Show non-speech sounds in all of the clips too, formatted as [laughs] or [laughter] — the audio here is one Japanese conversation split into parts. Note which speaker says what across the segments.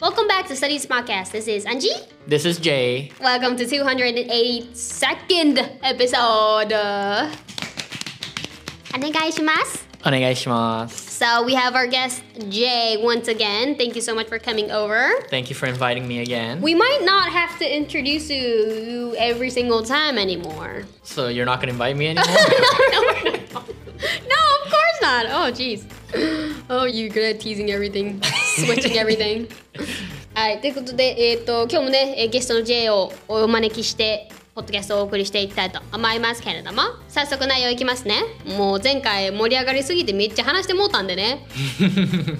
Speaker 1: Welcome back to Study Smartcast. This is Angie.
Speaker 2: This is Jay.
Speaker 1: Welcome to 282nd episode. お願いします.
Speaker 2: お願いします。
Speaker 1: So we have our guest Jay once again. Thank you so much for coming over.
Speaker 2: Thank you for inviting me again.
Speaker 1: We might not have to introduce you every single time anymore.
Speaker 2: so you're not gonna invite
Speaker 1: [laughs]
Speaker 2: me anymore?
Speaker 1: no, we're not. No, of course not. Oh, jeez. Oh, you good at teasing
Speaker 2: [laughs]
Speaker 1: everything, switching everything. はい、ということで、えー、と今日もね、えーゲストの J をお招きして、ポッドキャストをお送りしていきたいと思いますけれども、早速内容いきますね。もう前回盛り上がりすぎてめっちゃ話してもうたんで
Speaker 2: [laughs]
Speaker 1: ね、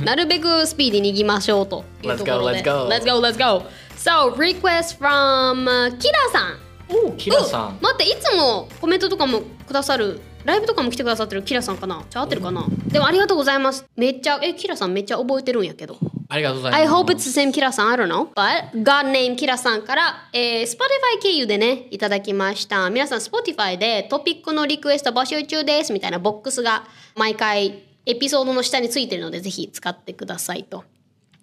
Speaker 1: なるべくスピーディーに行きましょうというところで。
Speaker 2: Let's go, let's
Speaker 1: go, let's go. So, request from uh, キラさん。
Speaker 2: おキラさ。
Speaker 1: うん待っていつもコメントとかもくださるライブとかも来てくださってるキラさんかなじゃあ合ってるかなでもありがとうございますめっちゃえキラさんめっちゃ覚えてるんやけど
Speaker 2: ありがとうござい
Speaker 1: I
Speaker 2: ます。
Speaker 1: hope it's the same キラさん I don't know but God name キラさんから、えー、Spotify 経由でねいただきました皆さん Spotify でトピックのリクエスト募集中ですみたいなボックスが毎回エピソードの下についてるのでぜひ使ってくださいと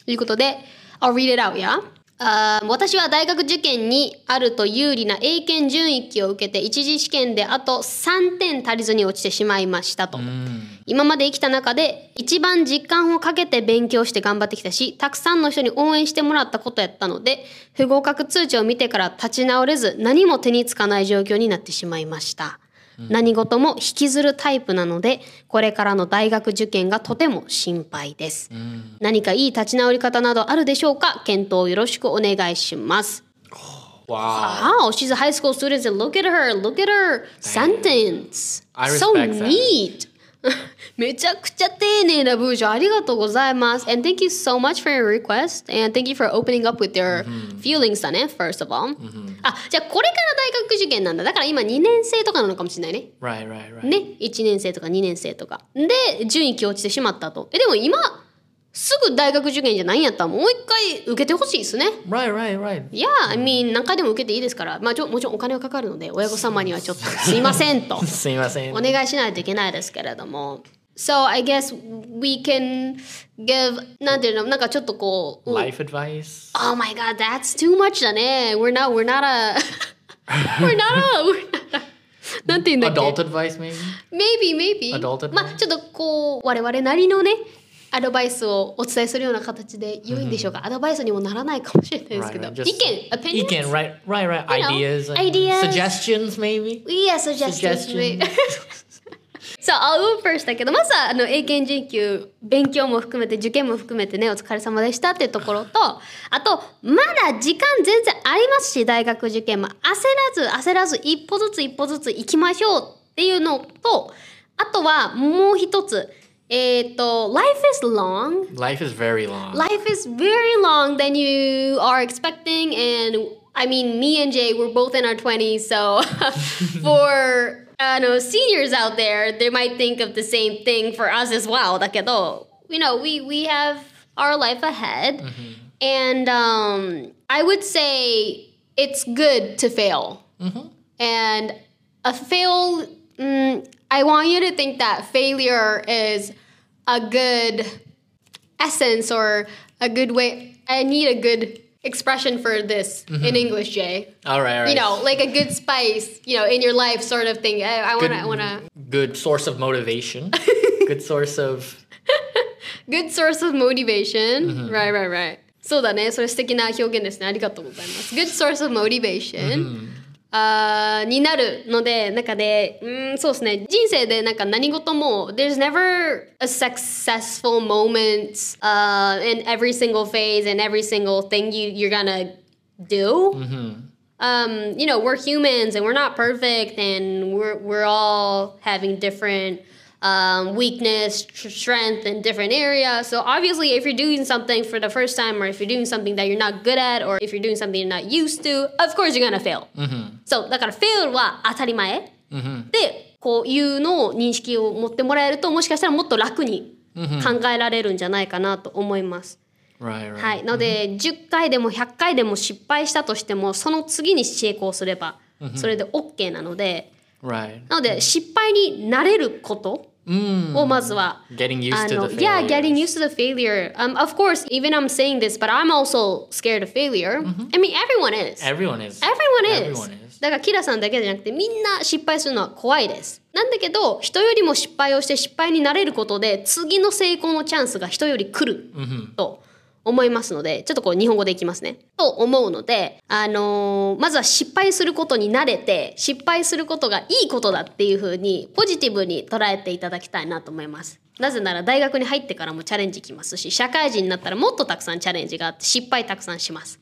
Speaker 1: ということで、I'll read it out, yeah? あー私は大学受験にあると有利な英検準一級を受けて一次試験であと3点足りずに落ちてしまいましたと、今まで生きた中で一番実感をかけて勉強して頑張ってきたしたくさんの人に応援してもらったことやったので不合格通知を見てから立ち直れず何も手につかない状況になってしまいました、何事も引きずるタイプなのでこれからの大学受験がとても心配です、何かいい立ち直り方などあるでしょうか検討をよろしくお願いします。Wow,
Speaker 2: Wow.
Speaker 1: she's a high school student and look at her, look at her sentence.
Speaker 2: I
Speaker 1: So
Speaker 2: respect that.
Speaker 1: neat. [laughs] めちゃくちゃ丁寧な文章ありがとうございます。And thank you so much for your request and thank you for opening up with your feelings だね、first of all. あ、じゃあこれから大学受験なんだ。だから今2年生とかなのかもしれないね。
Speaker 2: Right, right, right.
Speaker 1: ね、1年生とか2年生とかで順位落ちてしまったとえでも今すぐ大学受験じゃないんやったらもう一回受けてほしいですね
Speaker 2: Right, right, right. [laughs]
Speaker 1: いや I mean 何回でも受けていいですから、まあ、ちょもちろんお金はかかるので親御様にはちょっとすいませんと
Speaker 2: [laughs] すいません。
Speaker 1: お願いしないといけないですけれども So I guess we can give なんていうのなんかちょっとこう、うん
Speaker 2: Life advice?
Speaker 1: Oh my god, that's too much だね We're not, we're not
Speaker 2: [laughs]
Speaker 1: a We're not a we're not a なんて言うんだっけ
Speaker 2: Adult advice maybe?
Speaker 1: Maybe, maybe.
Speaker 2: Adult advice?
Speaker 1: まあちょっとこう我々なりのねアドバイスをお伝えするような形で良いんでしょうか、アドバイスにもならないかもしれないですけど、
Speaker 2: Right, right. Just-
Speaker 1: 意見 opinion
Speaker 2: You can, right, right, right.
Speaker 1: You know,
Speaker 2: Ideas. and
Speaker 1: ideas.
Speaker 2: Suggestions maybe?
Speaker 1: Yeah, suggestions.
Speaker 2: Suggestions.
Speaker 1: [laughs] So I'll go first だけどまずはあの英検準級勉強も含めて受験も含めてねお疲れ様でしたっていうところとあとまだ時間全然ありますし大学受験も焦らず焦らず一歩ずつ一歩ずつ行きましょうっていうのとあとはもう一つえっ、と Life is long
Speaker 2: Life is very long.
Speaker 1: life is very long than you are expecting and i mean me and jay we're both in our 20s so [laughs] for I know seniors out there they might think of the same thing for us as well だけど you know we we have our life ahead and um, i would say it's good to fail and a fail mm, i want you to think that failure is a good essence or a good way i need a good expression for this in english jay
Speaker 2: All right, all right.
Speaker 1: you know like a good spice you know in your life sort of thing i, I want to i want to
Speaker 2: Good source of
Speaker 1: [laughs]
Speaker 2: motivation. Good source of...
Speaker 1: good source of motivation right right right そうだねそれ素敵な表現ですねありがとうございます good source of motivation、あーになるので中でうーんそうですね人生でなんか何事も there's never a successful moment、uh, in every single phase and every single thing you, you're gonna do、um, you know, we're humans and we're not perfect, and we're we're all having different um, weakness, tr- strength, in different areas. So obviously, if you're doing something for the first time, or if you're doing something that you're not good at, or if you're doing something you're not used to, of course you're gonna fail. So だから fail は当たり前、でこういうのを認識を持ってもらえると、もしかしたらもっと楽に考えられるんじゃないかなと思います。
Speaker 2: Right, right.
Speaker 1: はい、ので、10回でも100回でも失敗したとしてもその次に成功すればそれで OK なので
Speaker 2: Right.
Speaker 1: なので失敗になれることをまずは、
Speaker 2: Getting used
Speaker 1: あ
Speaker 2: to the
Speaker 1: の
Speaker 2: failure.
Speaker 1: Yeah, getting used to the failure. Um, of course, even I'm saying this, but I'm also scared of failure. I mean, everyone is.
Speaker 2: Everyone is.
Speaker 1: Everyone is.
Speaker 2: Everyone is.
Speaker 1: だからキラさんだけじゃなくてみんな失敗するのは怖いです。なんだけど人よりも失敗をして失敗になれることで次の成功のチャンスが人より来ると思いますのでちょっとこう日本語でいきますね。と思うので、あのーまずは失敗することに慣れて失敗することがいいことだっていうふうにポジティブに捉えていただきたいなと思います。なぜなら大学に入ってからもチャレンジきますし社会人になったらもっとたくさんチャレンジがあって失敗たくさんします。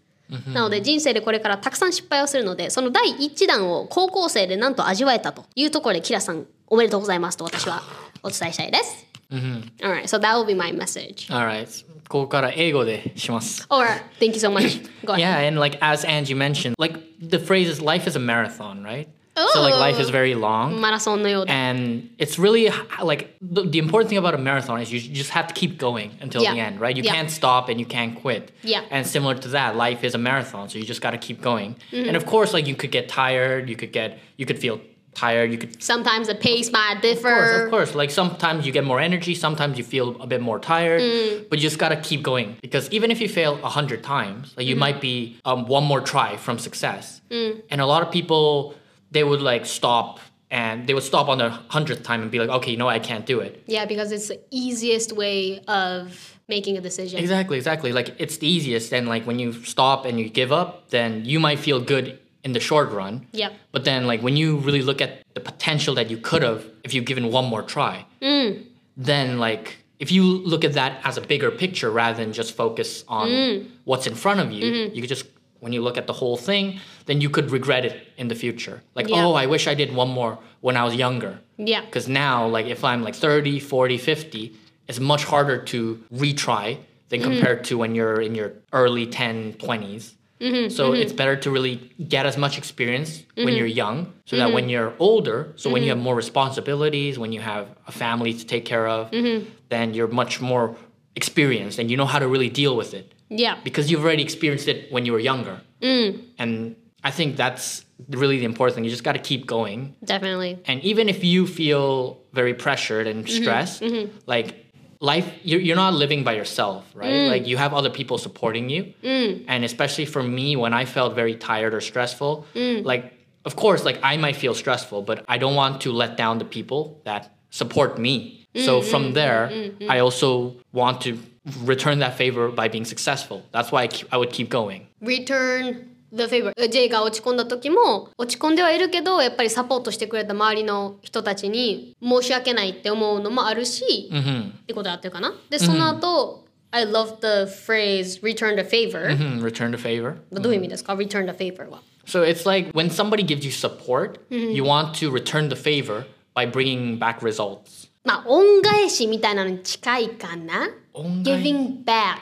Speaker 1: なので人生でこれからたくさん失敗をするのでその第一弾を高校生でなんと味わえたというところでキラさんおめでとうございますと私はお伝えしたいです。Alright, so that will be my message.
Speaker 2: All right. ここから英語でします。
Speaker 1: Or thank you so
Speaker 2: [laughs]
Speaker 1: much. Go ahead.
Speaker 2: Yeah, and like as Angie mentioned, like the phrase is life is a marathon, right? So like life
Speaker 1: Oh.
Speaker 2: is very long.
Speaker 1: マラソンのようで。
Speaker 2: And it's really h- like the, the important thing about a marathon is you just have to keep going until the
Speaker 1: Yeah.
Speaker 2: end, right? You
Speaker 1: Yeah.
Speaker 2: can't stop and you can't quit.
Speaker 1: Yeah.
Speaker 2: And similar to that, life is a marathon, so you just got to keep going.
Speaker 1: Mm-hmm.
Speaker 2: And of course, like you could get tired, you could get, you could feel tired, you could
Speaker 1: Sometimes the pace might
Speaker 2: Of course, of
Speaker 1: differ.
Speaker 2: course. Like sometimes you get more energy, sometimes you feel a bit more tired, but you just gotta keep going because even if you fail a hundred times, like you might be um, one more try from success. And a lot of people they would like stop and they would stop on their hundredth time and be like, okay, no, I can't do it.
Speaker 1: Yeah, because it's the easiest way of making a decision.
Speaker 2: Exactly, exactly. Like it's the easiest. And like when you stop and you give up, then you might feel good in the short run.
Speaker 1: Yep.
Speaker 2: But then like when you really look at the potential that you could have if you've given one more try, then like if you look at that as a bigger picture rather than just focus on what's in front of you, you could just when you look at the whole thing, then you could regret it in the future. Like,
Speaker 1: Yeah.
Speaker 2: oh, I wish I did one more when I was younger.
Speaker 1: Yeah.
Speaker 2: Because now, like, if I'm like 30, 40, 50, it's much harder to retry than compared to when you're in your early 10, 20s. So it's better to really get as much experience when you're young so that when you're older, so when you have more responsibilities, when you have a family to take care of, then you're much more experienced and you know how to really deal with it
Speaker 1: Yeah.
Speaker 2: because you've already experienced it when you were younger. And I think that's really the important thing. You just got to keep going
Speaker 1: Definitely.
Speaker 2: and even if you feel very pressured and stressed like life you're, you're not living by yourself right like you have other people supporting you and especially for me when i felt very tired or stressful like of course like i might feel stressful but i don't want to let down the people that support me so from there i also want to return that favor by being successful that's why i, keep, I would keep going
Speaker 1: Return the favor. J が落ち込んだ時も落ち込んではいるけどやっぱりサポートしてくれた周りの人たちに申し訳ないって思うのもあるし、ってことで合ってるかなでその後、I love the phrase return the favor、
Speaker 2: Hmm, return the favor
Speaker 1: どういう意味ですか return the favor は。
Speaker 2: So it's like when somebody gives you support,
Speaker 1: Mm-hmm.
Speaker 2: you want to return the favor by bringing back results.
Speaker 1: まあ恩返しみたいなのに近いかな
Speaker 2: 恩返し
Speaker 1: ?giving back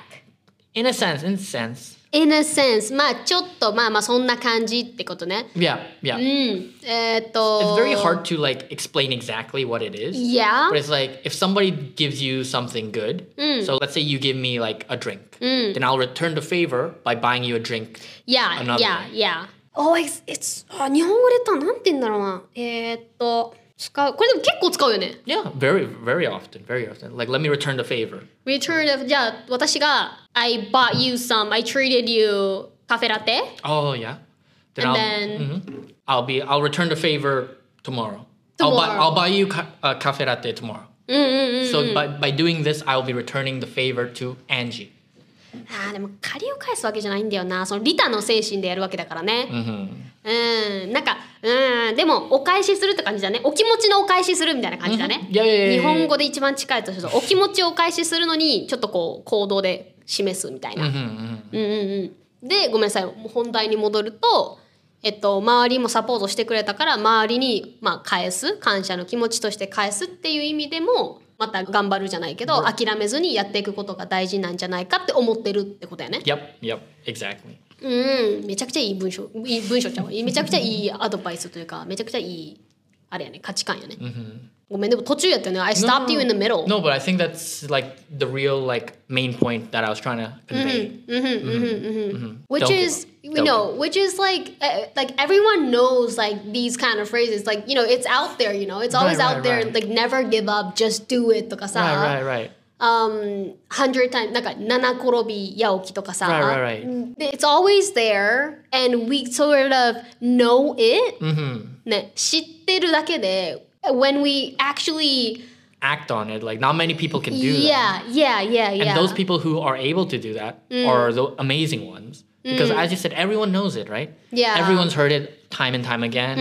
Speaker 2: In a sense, in a sense.
Speaker 1: in a sense まあちょっとまあまあそんな感じってことね。
Speaker 2: Yeah, yeah.
Speaker 1: えーっと。
Speaker 2: It's very hard to like explain exactly what it is.
Speaker 1: Yeah.
Speaker 2: But it's like if somebody gives you something good,
Speaker 1: Mm.
Speaker 2: so let's say you give me like a drink, then I'll return the favor by buying you a drink.
Speaker 1: Yeah,
Speaker 2: Another
Speaker 1: yeah,
Speaker 2: way.
Speaker 1: yeah. Oh, it's, it's, あ日本語で言ったらなんて言うんだろうな。えー、っと、使う。これでも結構使うよね。
Speaker 2: Yeah, very, very often, very often. Like let me return the favor.
Speaker 1: Return of, じゃあ私が、I bought you some, I treated you カフェラテ
Speaker 2: Oh yeah. Then
Speaker 1: and
Speaker 2: I'll
Speaker 1: then,
Speaker 2: I'll be I'll return the favor tomorrow. I'll buy
Speaker 1: Tomorrow. Mm,
Speaker 2: I'll buy you ca- uh, cafe latte tomorrow. So by by doing this, I'll be returning the favor to Angie.
Speaker 1: あーでも借りを返すわけじゃないんだよな。そのリタの精神でやるわけだからね。うん、なんか、うん、でもお返しするって感じだね。お気持ちのお返しするみたいな感じだね。
Speaker 2: うんいやいやいやいや
Speaker 1: 日本語で一番近いとすると、お気持ちをお返しするのに、ちょっとこう行動で示すみたいな。うんうんうん。で、ごめんなさい。もう本題に戻ると。えっと、周りもサポートしてくれたから周りに、まあ、返す感謝の気持ちとして返すっていう意味でもまた頑張るじゃないけど諦めずにやっていくことが大事なんじゃないかって思ってるってことやね。
Speaker 2: Yep, yep, exactly.
Speaker 1: うん、めちゃくちゃいい文章、いい文章ちゃうわめちゃくちゃいいアドバイスというか、めちゃくちゃいい、あれやね、価値観やね。ごめんでも途中やったよね I stopped you in the middle
Speaker 2: No, but I think that's like the real like main point that I was trying to
Speaker 1: Mm-hmm.
Speaker 2: convey. Mm-hmm,
Speaker 1: which
Speaker 2: Don't give
Speaker 1: is
Speaker 2: up.
Speaker 1: you
Speaker 2: Don't
Speaker 1: know which is like uh, like everyone knows like these kind of phrases like you know it's out there you know it's always
Speaker 2: right,
Speaker 1: out there
Speaker 2: right.
Speaker 1: like never give up just do it とかさ、
Speaker 2: Right, right, right.
Speaker 1: um hundred times なんか七転び八起きとかさ、
Speaker 2: Right, right, right.
Speaker 1: it's always there and we sort of know it、ね
Speaker 2: Mm-hmm.
Speaker 1: 知ってるだけで when we actually
Speaker 2: Act on it. Like not many people can do that.
Speaker 1: yeah yeah yeah yeah Mm.
Speaker 2: And those people who are able to do that are the amazing ones. Because as you said, everyone knows it, right?
Speaker 1: Yeah. Mm-hmm,
Speaker 2: Everyone's heard it time and time again.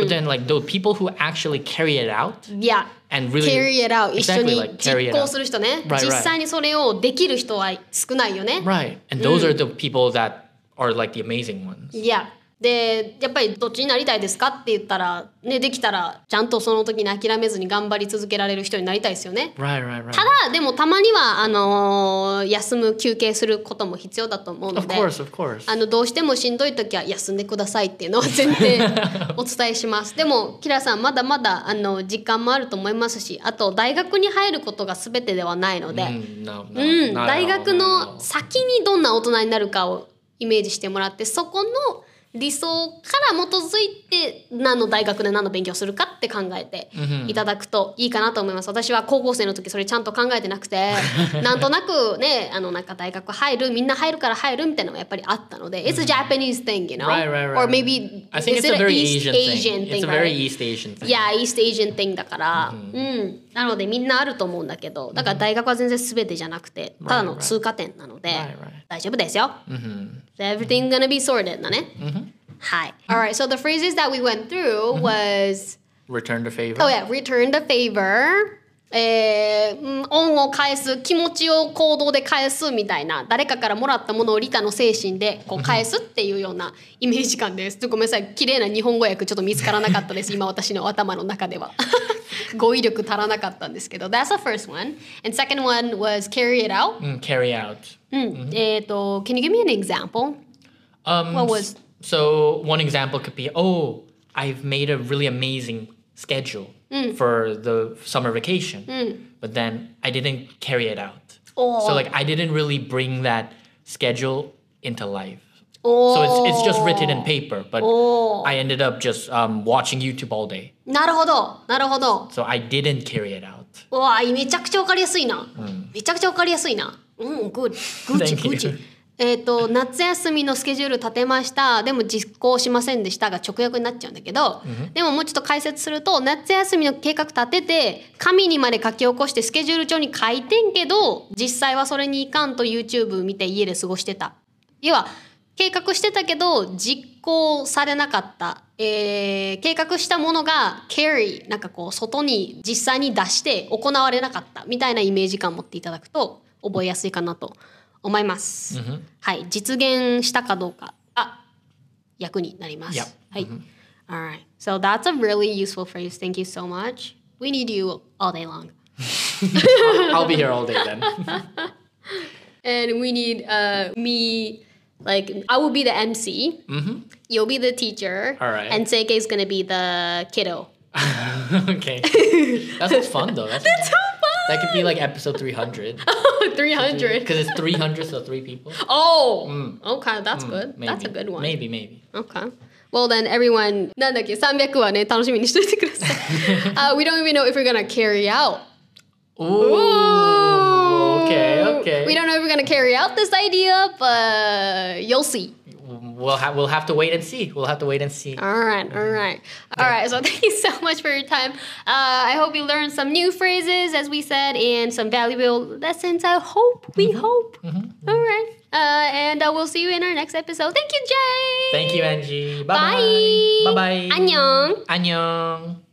Speaker 2: But then like the people who actually carry it out
Speaker 1: yeah
Speaker 2: and really
Speaker 1: carry it out 一緒
Speaker 2: Exactly,
Speaker 1: に
Speaker 2: like carry
Speaker 1: 実
Speaker 2: it out.
Speaker 1: 行する人ね
Speaker 2: right.
Speaker 1: 実際にそれをできる人は少ないよね
Speaker 2: Right. And those
Speaker 1: Mm.
Speaker 2: are the people that are like the amazing ones.
Speaker 1: いやでやっぱりどっちになりたいですかって言ったらねできたらちゃんとその時に諦めずに頑張り続けられる人になりたいですよね
Speaker 2: Right, right, right.
Speaker 1: ただでもたまにはあのー休む休憩することも必要だと思うの
Speaker 2: Of
Speaker 1: で
Speaker 2: course, of course.
Speaker 1: あのどうしてもしんどい時は休んでくださいっていうのを前提
Speaker 2: [laughs]
Speaker 1: お伝えしますでもキラさんまだまだあの時間もあると思いますしあと大学に入ることが全てではないので、
Speaker 2: Mm, no, no,
Speaker 1: うん、
Speaker 2: not at
Speaker 1: 大
Speaker 2: all,
Speaker 1: 学
Speaker 2: not at all.
Speaker 1: の先にどんな大人になるかをイメージしてもらってそこの理想から基づいて何の大学で何の勉強するかって考えていただくといいかなと思います。私は高校生の時それちゃんと考えてなくてなんとなく
Speaker 2: [laughs]
Speaker 1: ねあのなんか大学入るみんな入るから入るみたいなのがやっぱりあったので「It's a Japanese thing you know」
Speaker 2: Right, right, right.
Speaker 1: or maybe
Speaker 2: I think
Speaker 1: is
Speaker 2: it's a
Speaker 1: it an
Speaker 2: very
Speaker 1: East Asian
Speaker 2: Asian, thing. It's a
Speaker 1: thing,
Speaker 2: very
Speaker 1: right?
Speaker 2: East Asian thing.
Speaker 1: いや、イーストエイジアン thing だから、うん、なのでみんなあると思うんだけど、だから大学は全然すべてじゃなくて、ただの通過点なので、
Speaker 2: right.
Speaker 1: 大丈夫ですよ。So everything gonna be sorted だね。はい。Alright, so the phrases that we went through was,
Speaker 2: Return the favor.
Speaker 1: oh yeah, return the favor. えー、うん恩を返す気持ちを行動で返すみたいな誰かからもらったものをリタの精神でこう返すっていうようなイメージ感です。ちょっとごめんなさい綺麗な日本語訳ちょっと見つからなかったです今私の頭の中では。 [laughs] 語彙力足らなかったんですけど That's the first one and second one was carry it out、
Speaker 2: Mm, carry out.
Speaker 1: うんえっ、と Can you give me an example?
Speaker 2: Um,
Speaker 1: What was-
Speaker 2: so one example could be, oh, I've made a really amazing schedule
Speaker 1: Mm.
Speaker 2: for the summer vacation, but then I didn't carry it out.
Speaker 1: Oh.
Speaker 2: So like I didn't really bring that schedule into life.
Speaker 1: Oh.
Speaker 2: So it's, it's just written in paper, but I ended up just um, watching YouTube all day.
Speaker 1: なるほどなるほど
Speaker 2: So I didn't carry
Speaker 1: [laughs]
Speaker 2: it out.
Speaker 1: うわあめちゃくちゃわかりやすいな、めちゃくちゃわかりやすいなうんグッグチ
Speaker 2: Thank you.
Speaker 1: グチえっ、と夏休みのスケジュール立てましたでも実行しませんでしたが直訳になっちゃうんだけど、でももうちょっと解説すると夏休みの計画立てて紙にまで書き起こしてスケジュール帳に書いてんけど実際はそれにいかんと YouTube 見て家で過ごしてた要は計画してたけど実行されなかった、えー計画したものが carry なんかこう外に実際に出して行われなかったみたいなイメージ感を持っていただくと覚えやすいかなと思います、はい実現したかどうかあ役になります。
Speaker 2: Yep.
Speaker 1: はい。Alright. So that's a really useful phrase. Thank you so much. We need you all day long.
Speaker 2: I'll be here all day then.
Speaker 1: And we need uh, me, like, I will be the MC.
Speaker 2: Mm-hmm.
Speaker 1: You'll be the teacher.
Speaker 2: Alright.
Speaker 1: And Seike is going to be the kiddo.
Speaker 2: [laughs]
Speaker 1: [laughs]
Speaker 2: okay. That sounds fun though. That's,
Speaker 1: That's so fun!
Speaker 2: that could be like
Speaker 1: [laughs]
Speaker 2: episode 300.
Speaker 1: 300.
Speaker 2: Because it's 300, so three people.
Speaker 1: Oh! Okay, that's good.
Speaker 2: Mm. Maybe.
Speaker 1: That's a good one.
Speaker 2: Maybe, maybe.
Speaker 1: Okay. Well then, everyone, なんだっけ300はね、楽しみにしておいてください。uh,
Speaker 2: [laughs]
Speaker 1: we don't even know if we're gonna carry out
Speaker 2: Ooh. Okay, okay.
Speaker 1: We don't know if we're gonna carry out this idea, but you'll see.
Speaker 2: We'll, ha- we'll have to wait and see. We'll have to wait and see.
Speaker 1: All right, all right, all right. So [laughs] thank you so much for your time. Uh, I hope you learned some new phrases, as we said, and some valuable lessons. I hope we hope. All right, uh, and uh, we'll see you in our next episode. Thank you, Jay.
Speaker 2: Thank you, Angie.
Speaker 1: Bye.
Speaker 2: Bye bye.
Speaker 1: 안녕.
Speaker 2: Annyeong.